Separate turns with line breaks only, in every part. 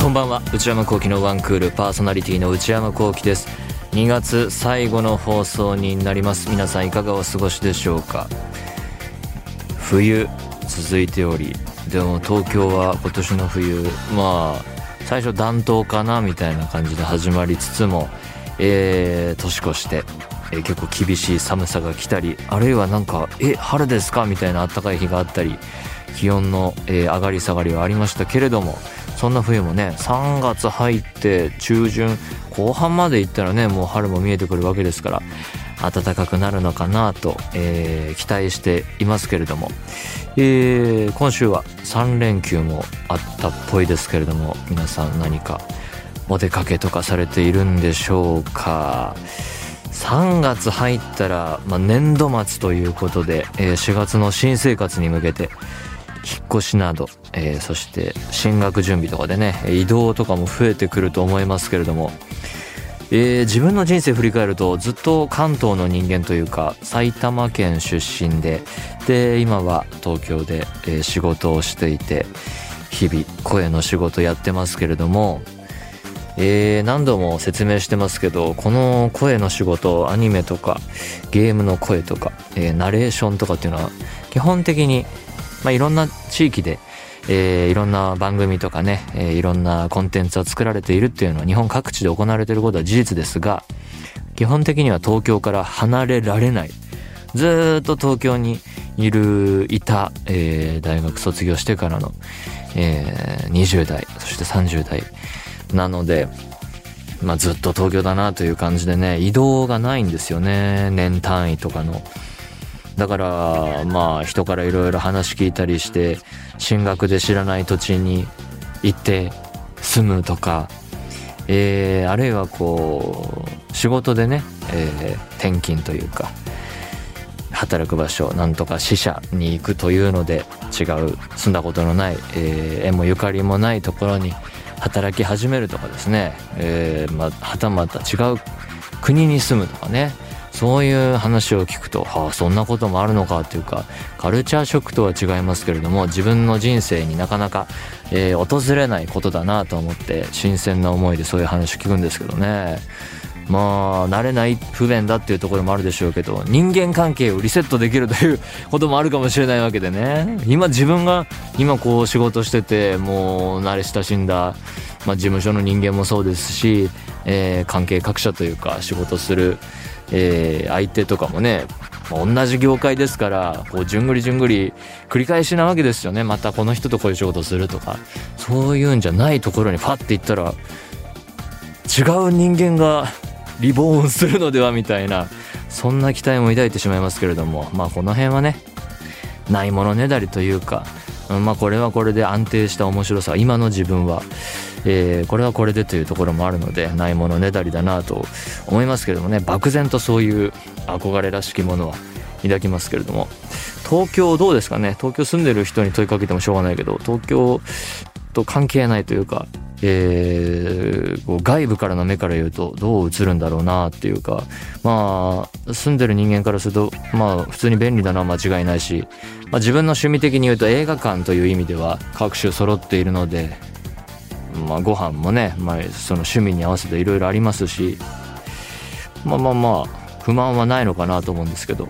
こんばんは内山聖輝のワンクールパーソナリティの内山聖輝です2月最後の放送になります皆さんいかがお過ごしでしょうか冬続いておりでも東京は今年の冬まあ最初暖冬かなみたいな感じで始まりつつも、えー年越して、えー結構厳しい寒さが来たりあるいはなんか「え春ですか?」みたいな暖かい日があったり気温の、えー上がり下がりはありましたけれどもそんな冬もね3月入って中旬後半までいったらねもう春も見えてくるわけですから暖かくなるのかなと、えー期待していますけれども、えー今週は3連休もあったっぽいですけれども皆さん何かお出かけとかされているんでしょうか3月入ったら、まあ、年度末ということで、えー4月の新生活に向けて引っ越しなど、えーそして進学準備とかでね移動とかも増えてくると思いますけれども、えー自分の人生振り返るとずっと関東の人間というか埼玉県出身でで今は東京で、えー仕事をしていて日々声の仕事やってますけれども、えー何度も説明してますけどこの声の仕事アニメとかゲームの声とか、えーナレーションとかっていうのは基本的に、まあ、いろんな地域で、えーいろんな番組とかね、えーいろんなコンテンツが作られているっていうのは日本各地で行われていることは事実ですが基本的には東京から離れられないずーっと東京にいるいた、えー大学卒業してからの、えー20代そして30代なので、まあ、ずっと東京だなという感じでね移動がないんですよね年単位とかの。だからまあ人からいろいろ話聞いたりして進学で知らない土地に行って住むとか、えーあるいはこう仕事でね、えー転勤というか働く場所なんとか死者に行くというので違う住んだことのない、えー縁もゆかりもないところに働き始めるとかですね、えーまあ、はたまた違う国に住むとかねそういう話を聞くと、はあ、そんなこともあるのかというかカルチャーショックとは違いますけれども自分の人生になかなか、えー訪れないことだなと思って新鮮な思いでそういう話を聞くんですけどね。まあ慣れない不便だっていうところもあるでしょうけど人間関係をリセットできるという こともあるかもしれないわけでね今自分が今こう仕事しててもう慣れ親しんだ、まあ、事務所の人間もそうですし、えー関係各社というか仕事する、えー相手とかもねまあ同じ業界ですからこうじゅんぐりじゅんぐり繰り返しなわけですよねまたこの人とこういう仕事するとかそういうんじゃないところにファッて行ったら違う人間がリボーンするのではみたいなそんな期待も抱いてしまいますけれどもまあこの辺はねないものねだりというか、うんまあこれはこれで安定した面白さ今の自分は、えーこれはこれでというところもあるのでないものねだりだなと思いますけれどもね漠然とそういう憧れらしきものは抱きますけれども東京どうですかね東京住んでる人に問いかけてもしょうがないけど東京と関係ないというか、えーこう外部からの目から言うとどう映るんだろうなっていうかまあ住んでる人間からするとまあ普通に便利だな間違いないし、まあ、自分の趣味的に言うと映画館という意味では各種揃っているので、まあ、ご飯もね、まあ、その趣味に合わせていろいろありますしまあまあまあ不満はないのかなと思うんですけど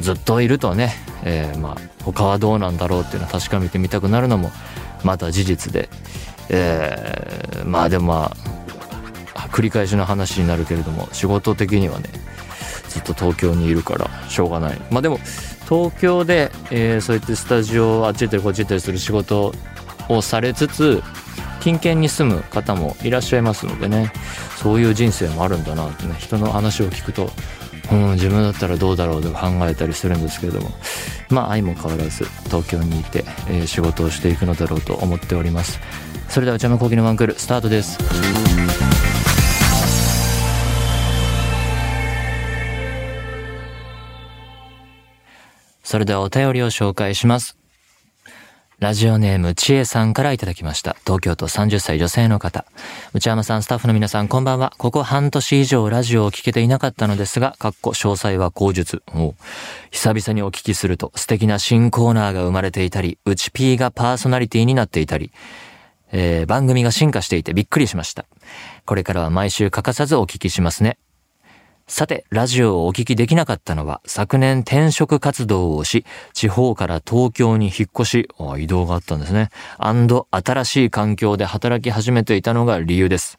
ずっといるとね、えーまあ他はどうなんだろうっていうのは確かめてみたくなるのもまた事実で、えーまあでもまあ繰り返しの話になるけれども仕事的にはねずっと東京にいるからしょうがないまあでも東京で、えーそうやってスタジオをあっち行ったりこっち行ったりする仕事をされつつ近県に住む方もいらっしゃいますのでねそういう人生もあるんだなってね人の話を聞くと、うん、自分だったらどうだろうとか考えたりするんですけれどもまあ相も変わらず東京にいて、えー仕事をしていくのだろうと思っておりますそれでは内山聖輝のワンクールスタートですそれではお便りを紹介しますラジオネームちえさんからいただきました。東京都30歳女性の方。内山さん、スタッフの皆さん、こんばんは。ここ半年以上ラジオを聞けていなかったのですが、かっこ詳細は口述。おう久々にお聞きすると素敵な新コーナーが生まれていたり、内 P がパーソナリティになっていたり、えー番組が進化していてびっくりしました。これからは毎週欠かさずお聞きしますね。さて、ラジオをお聞きできなかったのは、昨年転職活動をし、地方から東京に引っ越し、あ移動があったんですね。新しい環境で働き始めていたのが理由です。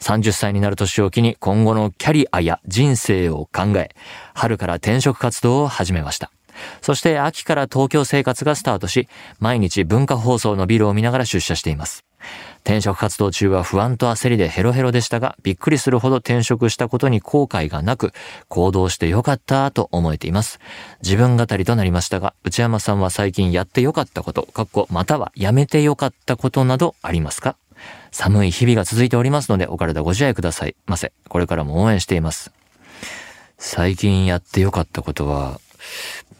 30歳になる年を機に今後のキャリアや人生を考え、春から転職活動を始めました。そして秋から東京生活がスタートし、毎日文化放送のビルを見ながら出社しています。転職活動中は不安と焦りでヘロヘロでしたが、びっくりするほど転職したことに後悔がなく、行動してよかったと思えています。自分語りとなりましたが、内山さんは最近やってよかったこと、かっこまたはやめてよかったことなどありますか寒い日々が続いておりますので、お体ご自愛くださいませ。これからも応援しています。最近やってよかったことは、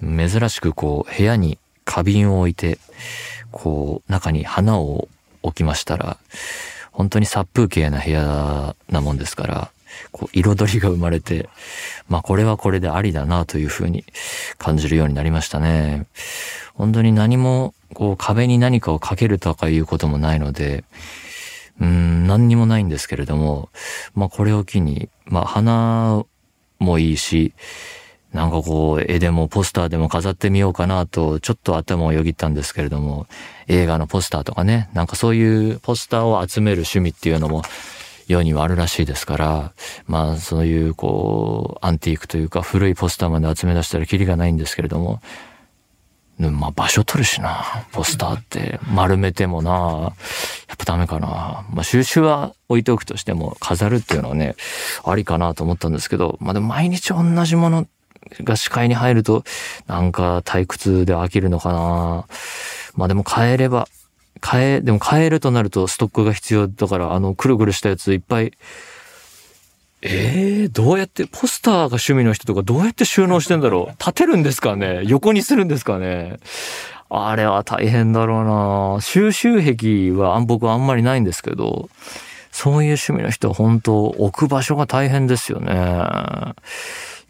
珍しくこう、部屋に花瓶を置いて、こう、中に花を置きましたら、本当に殺風景な部屋なもんですから、こう、彩りが生まれて、まあこれはこれでありだなというふうに感じるようになりましたね。本当に何も、こう壁に何かをかけるとかいうこともないので、うーん、何にもないんですけれども、まあこれを機に、まあ花もいいし、なんかこう、絵でもポスターでも飾ってみようかなと、ちょっと頭をよぎったんですけれども、映画のポスターとかね、なんかそういうポスターを集める趣味っていうのも、世にはあるらしいですから、まあそういうこう、アンティークというか古いポスターまで集め出したらキリがないんですけれども、うんまあ場所取るしな、ポスターって。丸めてもな、やっぱダメかな。まあ収集は置いておくとしても、飾るっていうのはね、ありかなと思ったんですけど、まあでも毎日同じものが視界に入ると、なんか退屈で飽きるのかな。まあでも変えれば、変え、でも変えるとなるとストックが必要だから、あの、くるくるしたやついっぱい、ええどうやって、ポスターが趣味の人とかどうやって収納してんだろう立てるんですかね横にするんですかねあれは大変だろうな収集癖はあん僕はあんまりないんですけど、そういう趣味の人は本当置く場所が大変ですよね。いや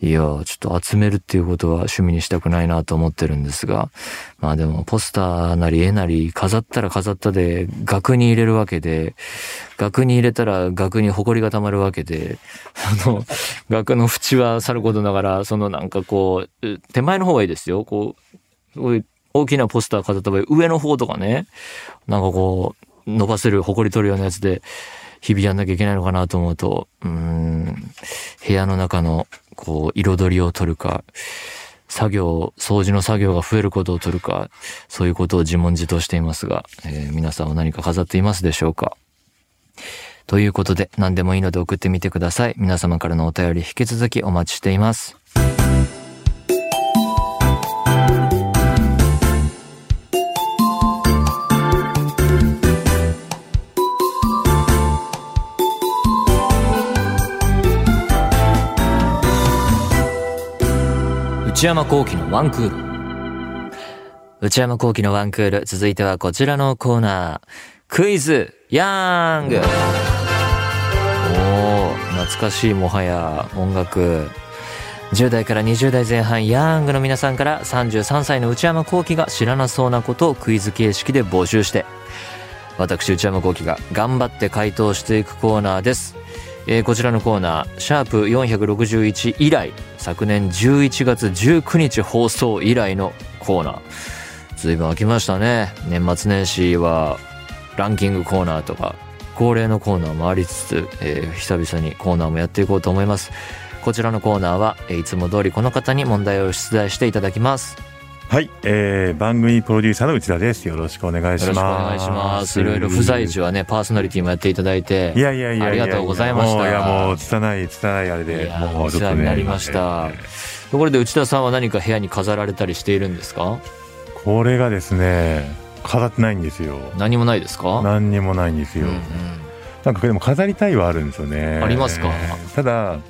ー、ちょっと集めるっていうことは趣味にしたくないなと思ってるんですが、まあでもポスターなり絵なり飾ったら飾ったで額に入れるわけで、額に入れたら額に埃が溜まるわけで、あの、額の縁はさることながら、そのなんかこう、う手前の方がいいですよ。こう、こういう大きなポスター飾った場合、上の方とかね、なんかこう、伸ばせる、埃取るようなやつで、日々やんなきゃいけないのかなと思うと、うーん、部屋の中の、こう、彩りを取るか、作業、掃除の作業が増えることを取るか、そういうことを自問自答していますが、えー皆さんは何か飾っていますでしょうかということで、何でもいいので送ってみてください。皆様からのお便り引き続きお待ちしています。内山幸喜のワンクール。内山幸喜のワンクール。続いてはこちらのコーナー。クイズ、ヤング。おー、懐かしいもはや音楽。10代から20代前半、ヤングの皆さんから33歳の内山幸喜が知らなそうなことをクイズ形式で募集して、私内山幸喜が頑張って回答していくコーナーです、えーこちらのコーナー「シャープ #461」以来昨年11月19日放送以来のコーナー随分空きましたね年末年始はランキングコーナーとか恒例のコーナーもありつつ、えー久々にコーナーもやっていこうと思いますこちらのコーナーは、えーいつも通りこの方に問題を出題していただきます
はい、えー、番組プロデューサーの内田です。よろしくお願いし
よろしくお願
ます。
いしますいろいろ不在時はねパーソナリティもやっていただいて
いやいやいやいや
ありがとうございました
もういやもう、つたない、つたないあれ
い
で、
やー
も
お
うちょっとね
世話になりました、
えー
ところで内田さんは何か部屋に飾られたりしているんですか
これがですね、飾ってないんですよ。
何もないですか
何にもないんです
うん
よ。
うん
なんかでも飾りたいはあるんですよね。
ありますか
ただ、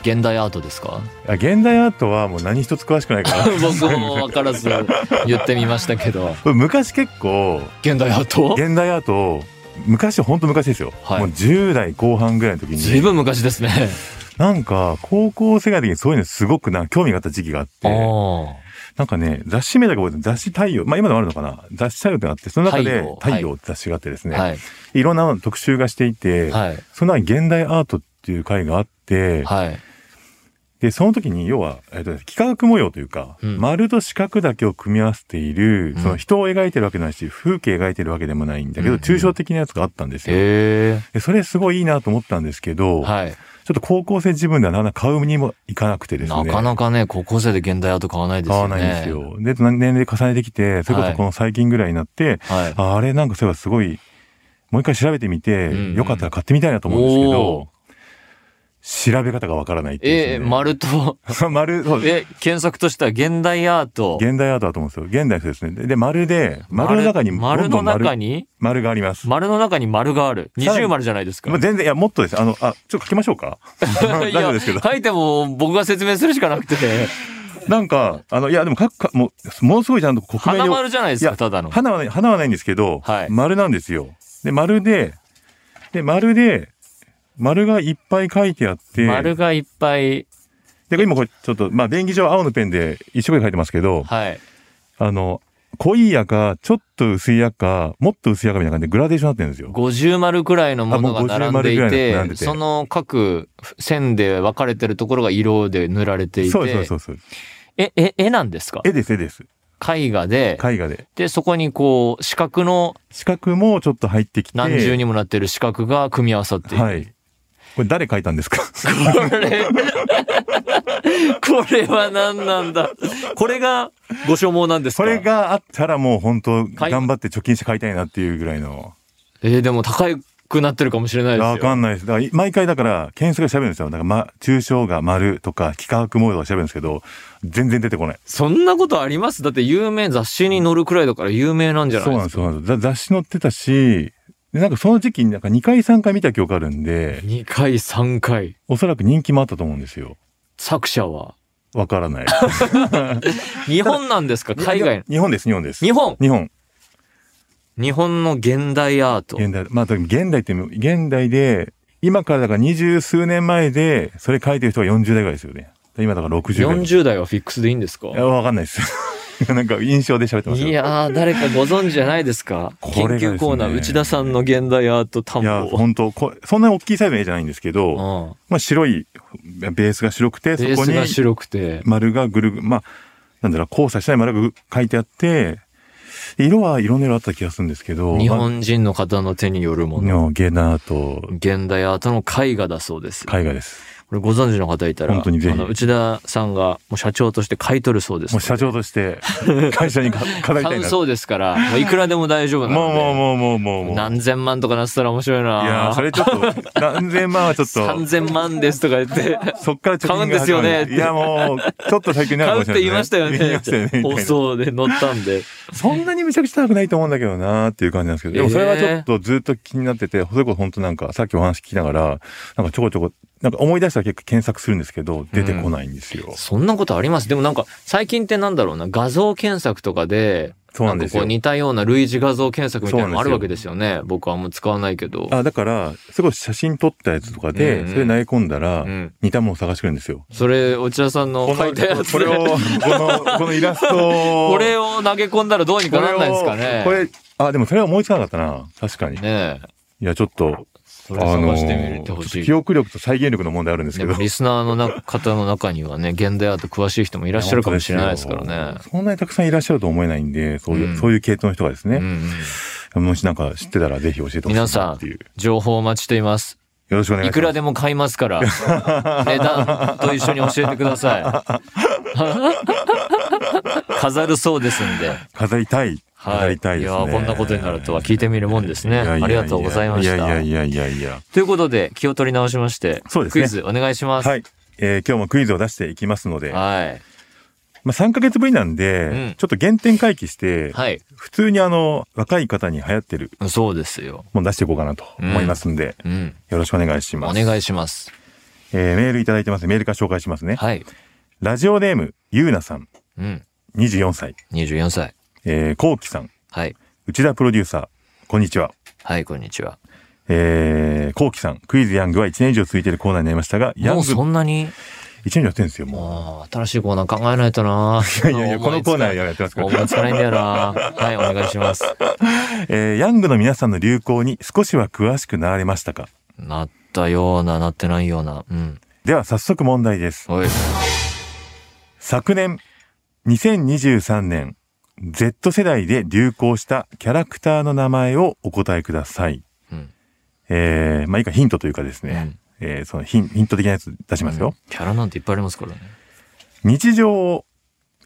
現代アートですか
あ現代アートはもう何一つ詳しくないから。
僕も分からず言ってみましたけど
昔結構、
現代アート
現代アートを、昔、本当昔ですよ。
はい
もう10代後半ぐらいの時に。
ずいぶん昔ですね
なんか、高校世代的にそういうのすごくなんか興味があった時期があっ
あ
て、なんかね、雑誌名だけ覚えてる雑誌太陽、まあ今でもあるのかな雑誌太陽ってのがあって、その中で
太陽
太陽って雑誌があってです
ー
ね、
はい
いろんな特集がしていて、
はい。
その現代アートっていう回があって、
はい。
で、その時に、要は、えっと、幾何学模様というか、
うん
丸と四角だけを組み合わせている、
うん
その人を描いてるわけでもないし、風景描いてるわけでもないんだけど、
うん
抽象的なやつがあったんですよ。
え
でそれすごいいいなと思ったんですけど、
えはい。
ちょっと高校生自分ではなかなか買うにもいかなくてですね。
なかなかね、高校生で現代アート買わないです
買
よ
わ
ね。
ないんです。よ。で、年齢重ねてきて、それこそこの最近ぐらいになって、
はい。
ああれなんかそういえばすごい、もう一回調べてみて、
うんうん
よかったら買ってみたいなと思うんですけ
お
ど、調べ方がわからないっていう
え
で
え
すね、
丸と、
丸、そうです。
え、検索としては現代アート。
現代アートだと思うんですよ。現代そうですね。でで、丸で、丸の中に、
丸
ど
の
んどん
中に
丸があります。
丸の中に丸がある。二
さらに
重丸じゃないですか
まあ、。全然、いや、もっとです。あの、あ、ちょっと書きましょ うか 大
い
丈夫
や
ですけど。
書いても僕が説明するしかな くて。
なんか、あの、いや、でも書くか、もう、ものすごいちゃんと国名
花
に
丸じゃないです
い
か、
や
ただの。
花はない、花はないんですけど、
はい
丸なんですよ。で、丸で、で、丸で、丸がいっぱい書いてあって、
丸がいっぱい。
で、今これちょっと、まあ、便宜上青のペンで一生懸命書いてますけど、
はい。
あの、濃い赤、ちょっと薄い赤、もっと薄い赤みたいな感じでグラデーションになってるんですよ。
50丸くらいのものが
あもう
並ん
50
でい
丸ぐらい
て
の並んでて
その各線で分かれてるところが色で塗られていて
そうですそうですそうです。
ええ絵なんですか
絵です、絵です。
絵画で
絵画で。
でそこにこう四角の
四角もちょっと入ってきて、
何重にもなってる四角が組み合わさっている、
はい。これ誰書いたんで すか
これ これは何なんだこれがご所望なんですか
これがあったらもう本当
はい
頑張って貯金して買いたいなっていうぐらいの。
えーでも高くなってるかもしれないで
わ
すよ
かんないです。だから毎回だから、検索で調べるんですよ。だから、ま、抽象画、丸とか、幾何学模様とか調べるんですけど、全然出てこない。
そんなことありますだって有名雑誌に載るくらいだから有名なんじゃない
そう
で
なん
す
です、
か
そうなんです。ざ雑誌載ってたし、でなんかその時期になんか2回3回見た記憶あるんで、
2回3回
おそらく人気もあったと思うんですよ。
作者は
わからない。
日本なんですか 海外の
日本です、日本です。
日本
日本。
日本の現代アート
現代、まあ、でも現代って、現代で、今からだから二十数年前で、それ書いてる人が40代ぐらいですよね。今だから60代。
40代はフィックスでいいんですか
いや、わかんないです。 なんか印象で喋ってますよ。
いやー誰かご存知じゃないですか
こ
研
れがですね
究コーナー内田さんの現代アート探
いや、
訪
本当こそんなに大きいサイズの絵じゃないんですけど、
うん
まあ白い、ベースが白くて、そ
ベー
こ
ス
に
が白くて
丸がぐるぐる、まあ、なんだろう、交差しない丸がぐ書いてあって、色はいろんな色あった気がするんですけど、
日
ま
本人の方の手による
あ
もの
のゲナーと
現代アートの絵画だそうです
絵画です。
これご存知の方いたら、
本当にぜひ
あの内田さんがもう社長として買い取るそうです。
もう社長と して、会社にか語りたい
買う
な。
そうですから、もういくらでも大丈夫な
もうも
の
うもうもうもう
で、
もう。
何千万とかなってたら面白い
いや
な
ーそ。れちょっと、何千万はちょ っ
三
と、
千万ですとか言って、
そっから貯金が
買うんですよね
いやもう、ちょっと最近なる
買うっ
かもし
て
れない
言いましたよ
言いましたよ
ね。
ね。み
放
たいな
送で載ったんで。
そんなにめちゃくちゃ高くないと思うんだけどなーっていう感じなんですけど、でもそれはちょっとずっと気になってて、それこそ本当なんかさっきお話聞きながら、なんかちょこちょこ、なんか思い出したら結構検索するんですけど、出てこないんですよ。
そんなことありますでもなんか、最近ってなんだろうな、画像検索とかで、
そうなん
か
です
こ
よ
う。似たような類似画像検索みたいなのもあるわけですよね。僕はあんま使わないけど。
あ、だから、すごい写真撮ったやつとか
うんう
で、
ん
それ投げ込んだら
う、ん。
似たものを探してくるんですよ。
それ、内田さんの
こ
書いたや
の、
つ
これを、この、このイラストを。
これを投げ込んだらどうに
こ
か
れ
な
を
んないですかね。
これ、あ、でもそれは思いつかなかったな。確かに。い
ねえ。
や、ちょっと、
それ探してみ
ー
て
ちょ
ほ
っと
しい。
記憶力と再現力の問題あるんです
で
けど
も。リスナーのな方の中にはね、現代アート詳しい人もいらっしゃるかもしれないですからね。
そんなにたくさんいらっしゃると思えないんで、そういう、
うん
そういう系統の人がです
うん
ね、
うん
もしなんか知ってたらぜひ教えてほしい
皆
な
さ
っていう。よ
ん、情報お待ちしています。
ろしくお願いします。
いくらでも買います から、値段と一緒に教えてください。 飾るそうですんで。
飾りたい。飾
はい。
りたいですね。
やーこんなことになるとは聞いてみるもんですね。
いやいやいや
ありがとうございました。
いやいやいやいやいや。
ということで、気を取り直しまして、
そうです
ク
ね
イズお願いします。
はい。えー今日もクイズを出していきますので、まあ、
はい。
3ヶ月ぶりなんで、
うん
ちょっと原点回帰して、
はい。
普通にあの、若い方に流行ってる
そうですよ。
もの出していこうかなと思いますんで、
うん。
よろしくお願いし
お
ます。
願いします。
えーメールいただいてます。メールから紹介しますね。
はい。
ラジオネーム、ゆうなさん、
うん。
24歳。
24歳。
えー、こうきさん、
はい。
内田プロデューサー、こんにちは。
はい、こんにちは。
えー、こうきさん、クイズヤングは1年以上続いているコーナーになりましたが、ヤン
もう
グ
そ、んなに
1年やってるんですよ、も
あー新しいコーナー考え ないとな
う。いやいやいや、このコーナーやってますから
思。いつかないんだよ なはい、お願いします。
えーヤングの皆さんの流行に少しは詳しくなられましたか
なったような、なってないような。うん。
では早速問題です。
おい。
昨年、2023年、Z 世代で流行したキャラクターの名前をお答えください。
うん。
えー、まあ、いいかヒントというかですね、えーそのヒンヒント的なやつ出しますよ。
キャラなんていっぱいありますからね。
日常を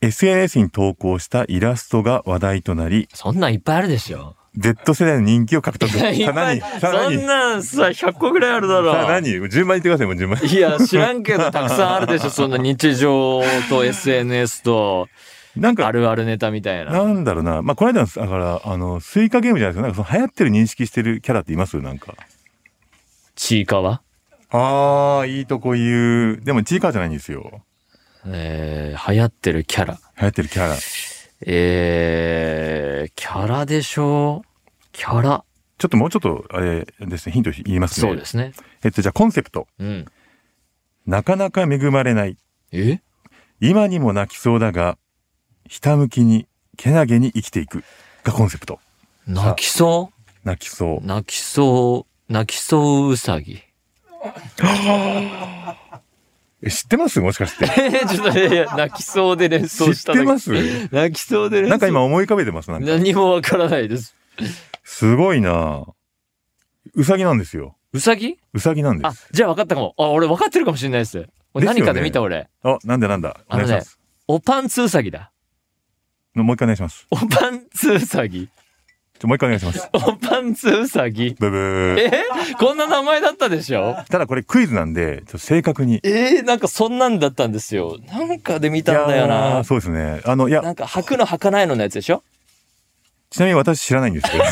SNS に投稿したイラストが話題となり、
そんなんいっぱいあるでしょ。
Z 世代の人気を獲得。さ
いっぱ
ら
い
に、さら
そ
に、
ん
さ
なんさ、100個ぐらいあるだろ。
らに、順番に言ってください、もう順番に。
いや、知らんけど、たくさんあるでしょ。そんな日常と SNS と、
なんか
あ、るあるネタみたいな。
なんだろうな。まあ、この間の、だから、あの、スイカゲームじゃないですか。なんか、その流行ってる認識してるキャラっていますなんか。
ちいかわ
ああ、いいとこ言う。でも、チーカーじゃないんですよ。
えー、流行ってるキャラ。
流行ってるキャラ。
えー、キャラでしょキャラ。
ちょっともうちょっと、あれですね、ヒント言いますね。
そうですね。
えっと、じゃあ、コンセプト。
うん。
なかなか恵まれない。
え
今にも泣きそうだが、ひたむきに、けなげに生きていく。がコンセプト。
泣きそ
泣きそうう。
泣きそう、泣きそううさぎ。
え、知ってますもしかして。
えーちょっと、いやい や、泣きそうで連
知
想
っ
した
てます
泣きそうで連想
なんか今思い浮かべてますなんか。
何もわからないです。
すごいなうさぎなんですよ。
うさぎ
うさぎなんです
あ。、じゃあ分かったかも。あ、俺分かってるかもしれないです。俺
ですよ
何
ね
かで見た俺。
あ、なんだなんだ。お
あのね
願いします。
おパンツウサギだ。
のもう一回お願いします。
おパンツウサギ。
ちょもう一回お願いします。
おパンツウサギ。
ブブー。
えこんな名前だったでしょ
ただこれクイズなんで、ちょっと正確に。
えー、なんかそんなんだったんですよ。なんかで見たんだよ
いやー
な。
そうですね。あの、い
な
や、
んか履くの履かないののやつでしょ
ちなみに私知らないん ですけど。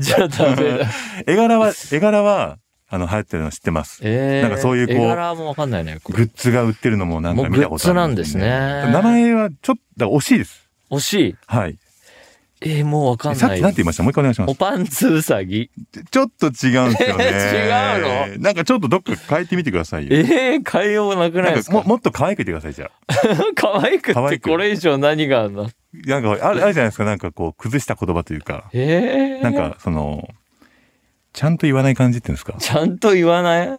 じゃあダメ だ。
絵柄は、絵柄は、あの、流行ってるの知ってます。
えー、
なんかそういうこう
絵柄もわかんないね。これ
グッズが売ってるのもなんか見たことある、
もうグッズなんですね
名前はちょっと、だから惜しいです。
惜しい。
はい。
えー、もうわかん
さっ
な
き
い。
なんて言いましたもう一回お願いしま
お
す。
パンツウサギ。
ちょっと違うんですよね
違う
のなんかちょっとどっか変えてみてくださいよ。
えー、変えようなくない
な
で
ん
す
かも
か
もっと可愛く言ってください、じゃあ。
可愛く
可
って
愛く
これ以上何があるの
なんかあるあるじゃないですか、なんかこう、崩した言葉というか、
えー、
なんかその、ちゃんと言わない感じっていうんですか
ちゃんと言わないい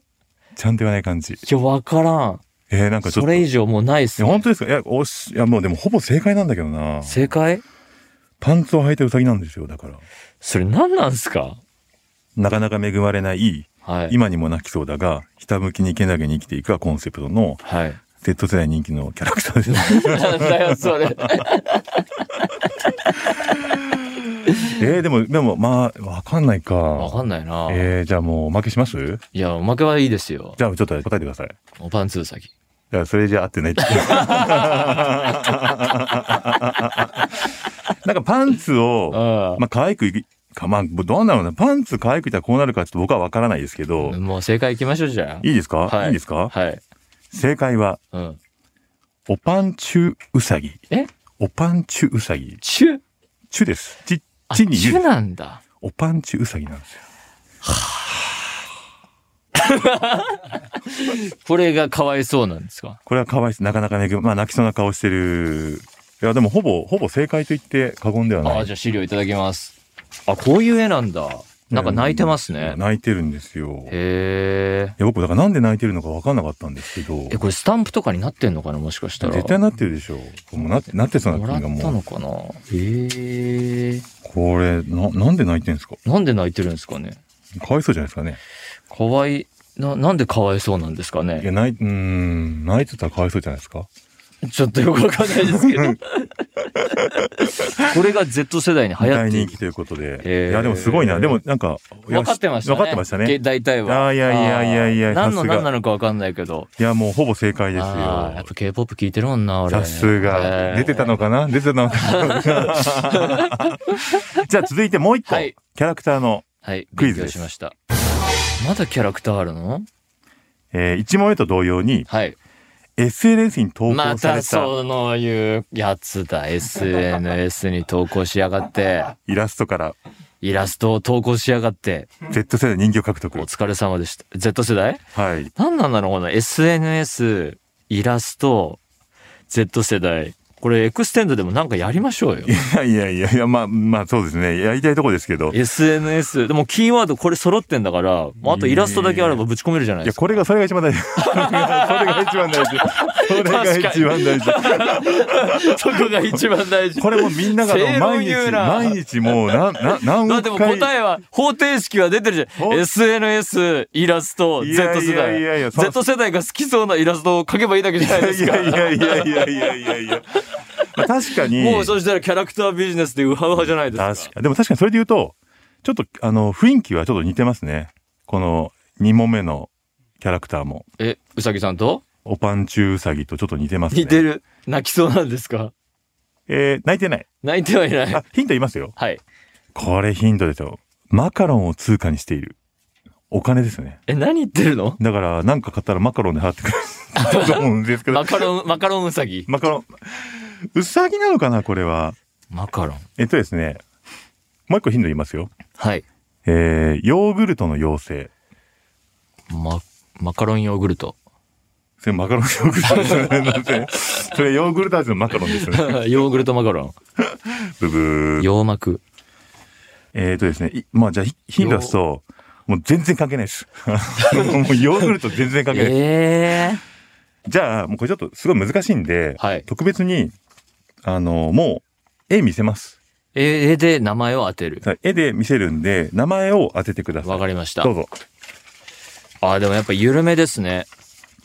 ちゃんと言わない感じ。
や、わからん。
えー、なんかちょ
そ
っと。
れ
い
以上もうないっす、
や、
ね。
本当ですかいや、おし、いや、もうでもほぼ正解なんだけどな。
正解
パンツを履いたウサギなんですよ、だから。
それ何なんすか
なかなか恵まれない、
はい。
今にも泣きそうだが、ひたむきにけなげに生きていくはコンセプトの、
はい。
Z 世代人気のキャラクターです。
なんだよ、 それ。
えー、でも、でも、まあ、わかんない
わ
か。
かんないな。
えー、じゃあもうおまけします
いや、おまけはいいですよ。
じゃあちょっと答えてください。
おパンツウサギ。
いや、それじゃ合ってない って。なんかパンツを、
あ
まあ、可愛くいか、まあ、どうなんだろうな。パンツ可愛くいたらこうなるかちょっと僕はわからないですけど
あ。、もう正解いきましょう、じゃあ。
いいですか、、
はいい
いですか、
はい。
正解は、
うん。
おパンチュウサギ。
え
おパンチュウサギ。
チュ
チュです。ち、
あ、チ
ちに
ュ
ゆ。
なんだ。
おパンチュウサギなんですよ。
これがかわいそうなんですか
これは可愛いです。なかなかね、まあ泣きそうな顔してる。いや、でもほぼ、ほぼ正解と言って過言ではない。
あ、じゃあ資料いただきます。あ、こういう絵なんだ。なんか泣いてますね。
泣いてるんですよ。
へえ。
いや僕だからなんで泣いてるのか分かんなかったんですけど
え、これスタンプとかになってんのかなもしかしたら。
絶対なってるでしょうもうなってなってそうな
もらっ
気
た
がもう
のかなへえ。
これななんで泣いてるんですか
なんで泣いてるんですかね
かわいそうじゃないですかね
かわい、な、なんでかわいそうなんですか
い
ね
や泣いうーん泣いてたらかわいそうじゃないですか
ちょっとよくわかんないですけ ど。これが Z 世代に流行
大
っている
人気ということで、
へー
いやでもすごいなでもなんかいや
分かってましたね。
分かってました
け
ね
大体は。
あーいやいやいやいや
あー何の
さすが
何なのかわかんないけど。
いやもうほぼ正解です
あーやっ
よ
ぱ K-POP 聞いてるもんな、俺。
さす
えー
が出てたのかな出てた のかなじゃあ続いてもう一個、
はい
キャラクターの、
はい、
ク
勉
イズ
強
です
しました。まだキャラクターあるの
えー、1問目と同様に
はい。
SNS に投
ま
稿さ
た
れた
そのいうやつだ。SNS に投稿しやがって。
イラストから
イラストを投稿しやがって
Z 世代人気を獲得
お。疲れ様でした Z 世代
はい。
何なんだろうこの SNS イラスト Z 世代これエクステンドでもなんかやりましょうよ
いやいやいやいや、まあ、まあそうですね。やりたいとこですけど。い
SNS でもキーワードこれ揃ってんだからもうあとイラストだけあればぶち込めるじゃないで
や、
すか
これが、それが一番 大事。それが一番大事。そ
そこ
れが一番大事。
が一番大事
これもみんながあの
正論
毎
言う
日、
な
毎日もう、な、な、
だ
何回
ってもう答えは方程式は出てるじゃん
ほ
SNS イラスト Z
いや
世
いやいやい
代
やそ
Z 世代が好きそうなイラストを描けばいいだけじゃないです
い
か
やいやいやいやいやいやいや。まあ確かに。
もうそしたらキャラクタービジネスでウハウハじゃないですか
確かでも確かにそれで言うと、ちょっと、あの、雰囲気はちょっと似てますね。この2問目のキャラクターも。
えうさぎさんと
おパンチュウサギとちょっと似てますね。
似てる泣きそうなんですか
えー、泣いてない。
泣いてはいない
あ、ヒント言いますよ。
はい
これヒントですよ。マカロンを通貨にしている。お金ですね。
え何言ってるの
だから、なんか買ったらマカロンで払ってくれると思うんですけど
マ。カロンマカロンウサギ
マカロン。うさぎなのかなこれは。
マカロン
えっとですね。もう一個ヒント言いますよ。
はい
えー、ヨーグルトの妖精。
ママカロンヨーグルト
それマカロンヨーグルトですよねな んで。それヨーグルト味のマカロンですよ
ヨ
ね。
ーグルトマカロ
ブブ
ン
ー。
洋膜
えっとですね。いまあじゃあヒヒント出すと、もう全然関係ないです。 もうヨーグルト全然関係ない。
ええ
じゃあ、もうこれちょっとすごい難しいんで、
はい
特別に、あの、もう、絵見せます。
え絵で名前を当てる
絵で見せるんで、名前を当ててください。
わかりました
どうぞ。
あでもやっぱ緩めですね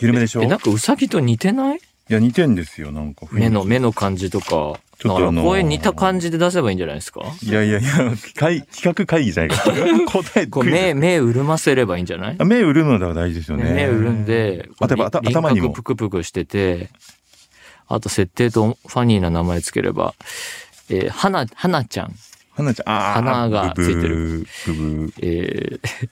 緩めでしょ
え
い
なんかウサギと似てない
や、似てんですよ、なんか雰囲気。
目の目の感じとか
ちょっとあのー
だからこういう似た感じで出せばいいんじゃないですか
いやいやいや、会企画会議じゃな いから。答え
こう
クイズ
目目潤ませればいいんじゃない
あ目売るのが大事ですよね。
目潤ん。で
あとやっぱ頭
輪
頭にも
輪郭プクプクしててあと設定とファニーな名前つければえー、はな、はなちゃん。
花ちゃん、あー
花がついてる。
ブブーブブー
えー、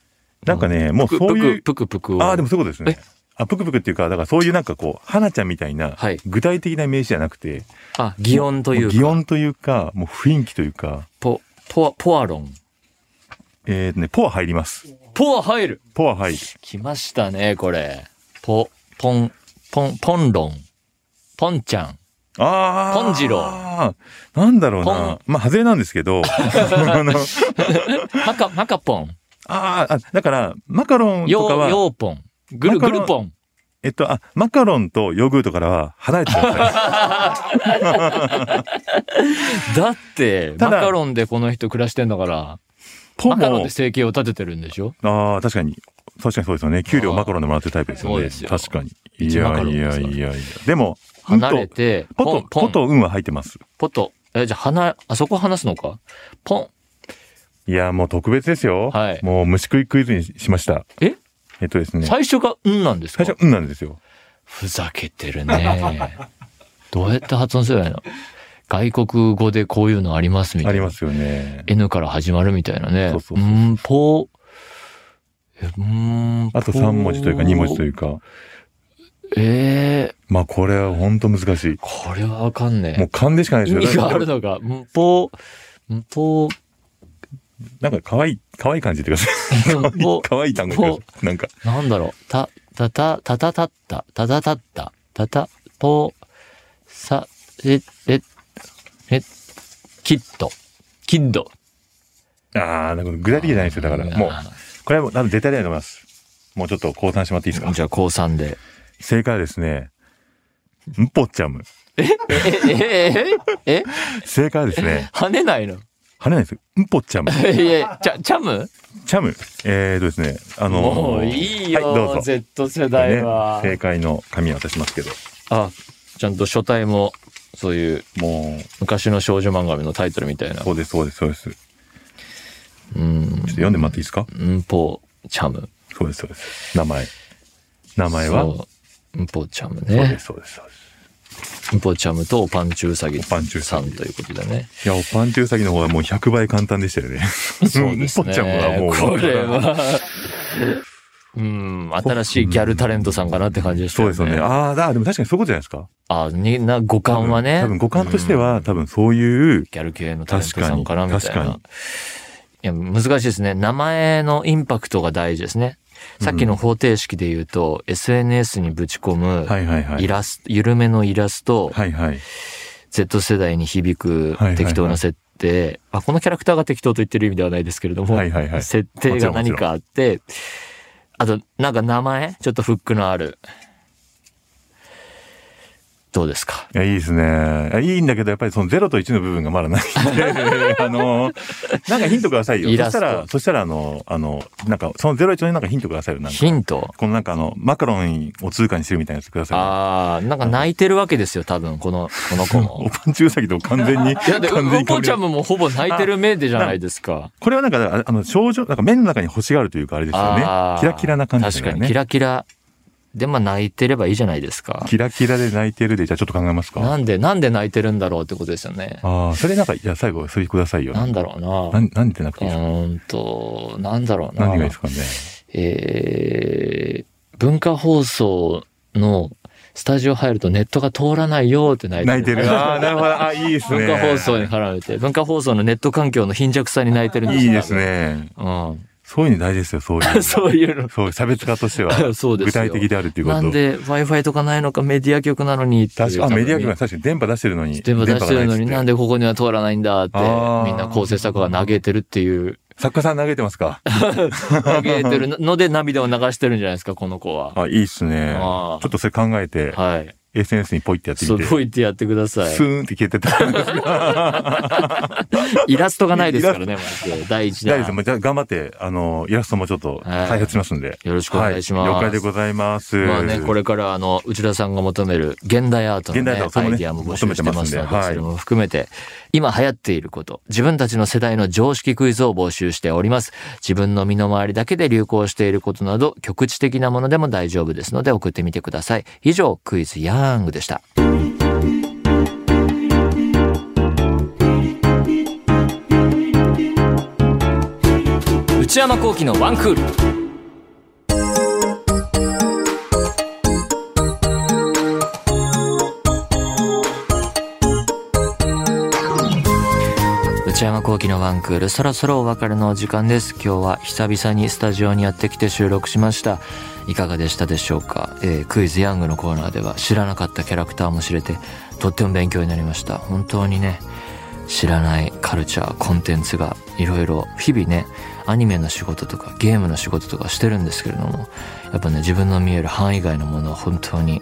なんかね、もう
ぷ
そういう、
ぷくぷくぷくを。
ああ、でもそういうことですね。あ、ぷくぷくっていうか、だからそういうなんかこう、花ちゃんみたいな
はい、
具体的な名詞じゃなくて、
あ、擬音とい
も
う
う
か。
擬音というか、もう雰囲気というか、
ポ、ポア、ポアロン。
えーとね、ポア入ります。
ポア入る
ポア入る。
来ましたね、これ。ポ、ポン、ポン、ポンロン。ポンちゃん。
ああ。
ポンジロ
ー。なんだろうな。まあ、外れなんですけ ど、あの
マカ、マカポ ン。
あーあ、だから、マカロンと
ヨ
か
ー、
は、
ヨーポン。ぐる、
マカ
ぐ
ロン
るポン。
えっと、あ、マカロンとヨーグルトからは離れてくださ い。
だって、
た
マ
だ
カロンでこの人暮らしてんだから、
ポ
マカロン
も
で、生計を立ててるんでしょ
ああ、確かに。確かにそうですよね。給料マカロンでもらってるタイプですよね。
そうですよ
確かに。い
一マカ
や
ロン
い
です
や
から
いやいや。でも、うん
離れ
と、
て、
ポ
ポン
と、、
ポ
ポ
ン、
と運は入ってます。
ポト。え、じゃあ、鼻、あそこ話すのかポン。
いや、もう特別ですよ。
はい
もう虫食いクイズにしました。
え
えっとですね。
最初が、うんなんですか
最初、うんなんですよ。
ふざけてる ね。どうやって発音すればいいの外国語でこういうのありますみた
あ
い
り
な。
ますよね。
N から始まるみたいなね。
そうそうそう
ーん、ぽ、えうーん、。
あと3文字というか2文字といううか。
ええ
まあ、これは本当難しい。
これはわかんね
もう
え。
勘でしかないです
意
よ。
味があるのか。んぽ、んぽ、
なんか可愛い、可愛い感じでくださ
んぽ
い。、 可愛い単語でください。なんか、
なんだろう。た、たた、たたたった、たたたった、たた、ぽ、さ、え、え、え、キッド、キッド。
ああ、なんか具体的じゃないですよ。だから、もう、これはもう、なんか絶対だと思います。もうちょっと降参してもらっていいですか
じゃあ、高3で。
正解はですね、んぽちゃむ。
え、え、え、え、
正解はです ね、
跳ねないの
跳ねないですよ。んぽちゃむ。
いや、チャ、チャム
チャム。えーとですね、あのー
もういいよ、
はい、どうぞ。
Z 世代は。
ね正解の紙を渡しますけど、
あ、ちゃんと書体も、そういう
も、
昔の少女漫画のタイトルみたいうな。
そうです、そうです、そうです。ちょっ
うん
と、読んでもらっていいですか
うんぽ、チャム。
そうです、そうです。名前。名前はそ
そううんぽチャム
うで
ね。
す、そうです、そうです。
うんぽチャムとおパンチュウサギ
パンチュウ
さ
サ
ん
ギ
ということでね。
いや、おパンチュウサギの方はもう100倍簡単でしたよね。
そうです
ん
ね。
ぽちゃむ はもう。
これは。うん、新しいギャルタレントさんかなって感じでした
そう
よ
ですよね。ああ、だでも確かにそういうことじゃないですか。
あ、にな、五
多
感
分
はね。
多分五感として
うん
は、多分そういう、
ギャル系のタレントさんからみたい
確かに
ない
確。
や、難しいですね。名前のインパクトが大事ですね。さっきの方程式で言うと、SNS にぶち込
はいはい
む
はい
イラスト、緩めのイラスト、
はいはい。
Z 世代に響く
はいはい
適当な設定、まあ、このキャラクターが適当と言ってる意味ではないですけれども、
はいはいはい
設定が何かあって、あと、なんか名前ちょっとフックのある。どうですか
いや、いいですね。いやいいんだけど、やっぱりその0と1の部分がまだないん で、あの、なんかヒントくださいよ。
イ
そ
ラ
し
スト
たら、そしたら、あの、あの、なんか、その01のなんかヒントくださいよ。なんか、
ヒント
このなんかあの、マカロンを通貨にするみたいなやつくださ
ああ、なんか泣いてるわけですよ、多分、この、この子
いよ。お
も。
パンチウサギと完全に、
いや、で、う
完
ん
全に被
ぽ
り
ちゃんももうほぼ泣いてる目でじゃないですか。
これはなんか、ああの、症状、なんか目の中に星があるというか、あれですよね
あ。ー
キラキラな感じです
確
よ
かに、キ
ね。
ラキラ。で、まあ泣いてればいいじゃないですか。
キラキラで泣いてるで、じゃあちょっと考えますか。
なんで、なんで泣いてるんだろうってことですよね。
ああ、それなんか、じゃあ最後、それくださいよ。
なんだろうな。
なんなんでなく
う
ていいですか
ーんと、なんだろうな。
何がいいですかね。
えー、文化放送のスタジオ入るとネットが通らないよって泣いてる。
泣いてる。ああ、なるほど。あいいですね。
文化放送に絡めて、文化放送のネット環境の貧弱さに泣いてるんです
いい
よ
です。ね。
う
そういうの大事ですよ、そういう。
ん。そういうの。、
そう、差別化として は
そうですよ
具体的であるっていうこ
な
と。
んで Wi-Fi とかないのかメディア局なのにっていう
確かあ、メディア局は確かに電波出してるのに。
電波出してるのになん
で
でここには通らないんだって、
あー
みんな構成作家が嘆いてるって いう、
作家さん投げてますか
嘆いてるので涙を流してるんじゃないですか、この子は。
あ、いいっすね。ち
あ
ょ
ー
っとそれ考えて、
はい。
SNS にポイってやって
そ
み
う、
て。
ポイってやってくだ さい。
スーンって消えてた。
イラストがないですからね、まず第一
大丈夫です
弾。
もうじゃあ頑張って、あの、イラストもちょっと開発しますんで。
よろしくお願いします
は了解でございます。
まあね、これからあの、内田さんが求める現代アートの、
現
ね
代アートもね
アイディアも募集してますので、
求めてますんではい
それも含めて、今流行っていること、自分たちの世代の常識クイズを募集しております。自分の身の回りだけで流行していることなど、局地的なものでも大丈夫ですので、送ってみてください。以上、クイズヤングでした。内山幸喜のワンクール。内山幸喜のワンクールそろそろお別れのお時間です今日は久々にスタジオにやってきて収録しましたいかがでしたでしょうか、えークイズヤングのコーナーでは知らなかったキャラクターも知れてとっても勉強になりました本当にね知らないカルチャーコンテンツがいろいろ日々ねアニメの仕事とかゲームの仕事とかしてるんですけれどもやっぱね自分の見える範囲外のものは本当に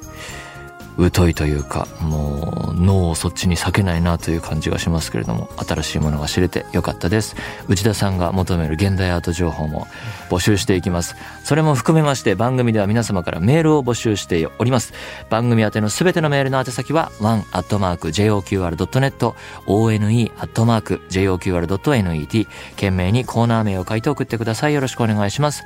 疎いというかもう脳をそっちに避けないなという感じがしますけれども新しいものが知れてよかったです内田さんが求める現代アート情報も募集していきますそれも含めまして番組では皆様からメールを募集しております番組宛てのすべてのメールの宛先は one.joqr.net one.joqr.net 懸命にコーナー名を書いて送ってくださいよろしくお願いします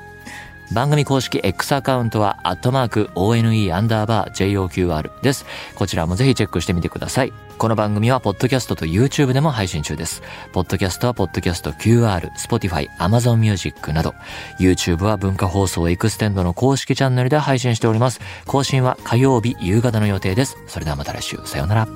番組公式 X アカウントは、アットマーク、ONE アンダーバー JOQR です。こちらもぜひチェックしてみてください。この番組は、ポッドキャストと YouTube でも配信中です。ポッドキャストは、ポッドキャスト QR、Spotify、Amazon Music など、YouTube は文化放送エクステンドの公式チャンネルで配信しております。更新は火曜日夕方の予定です。それではまた来週、さようなら。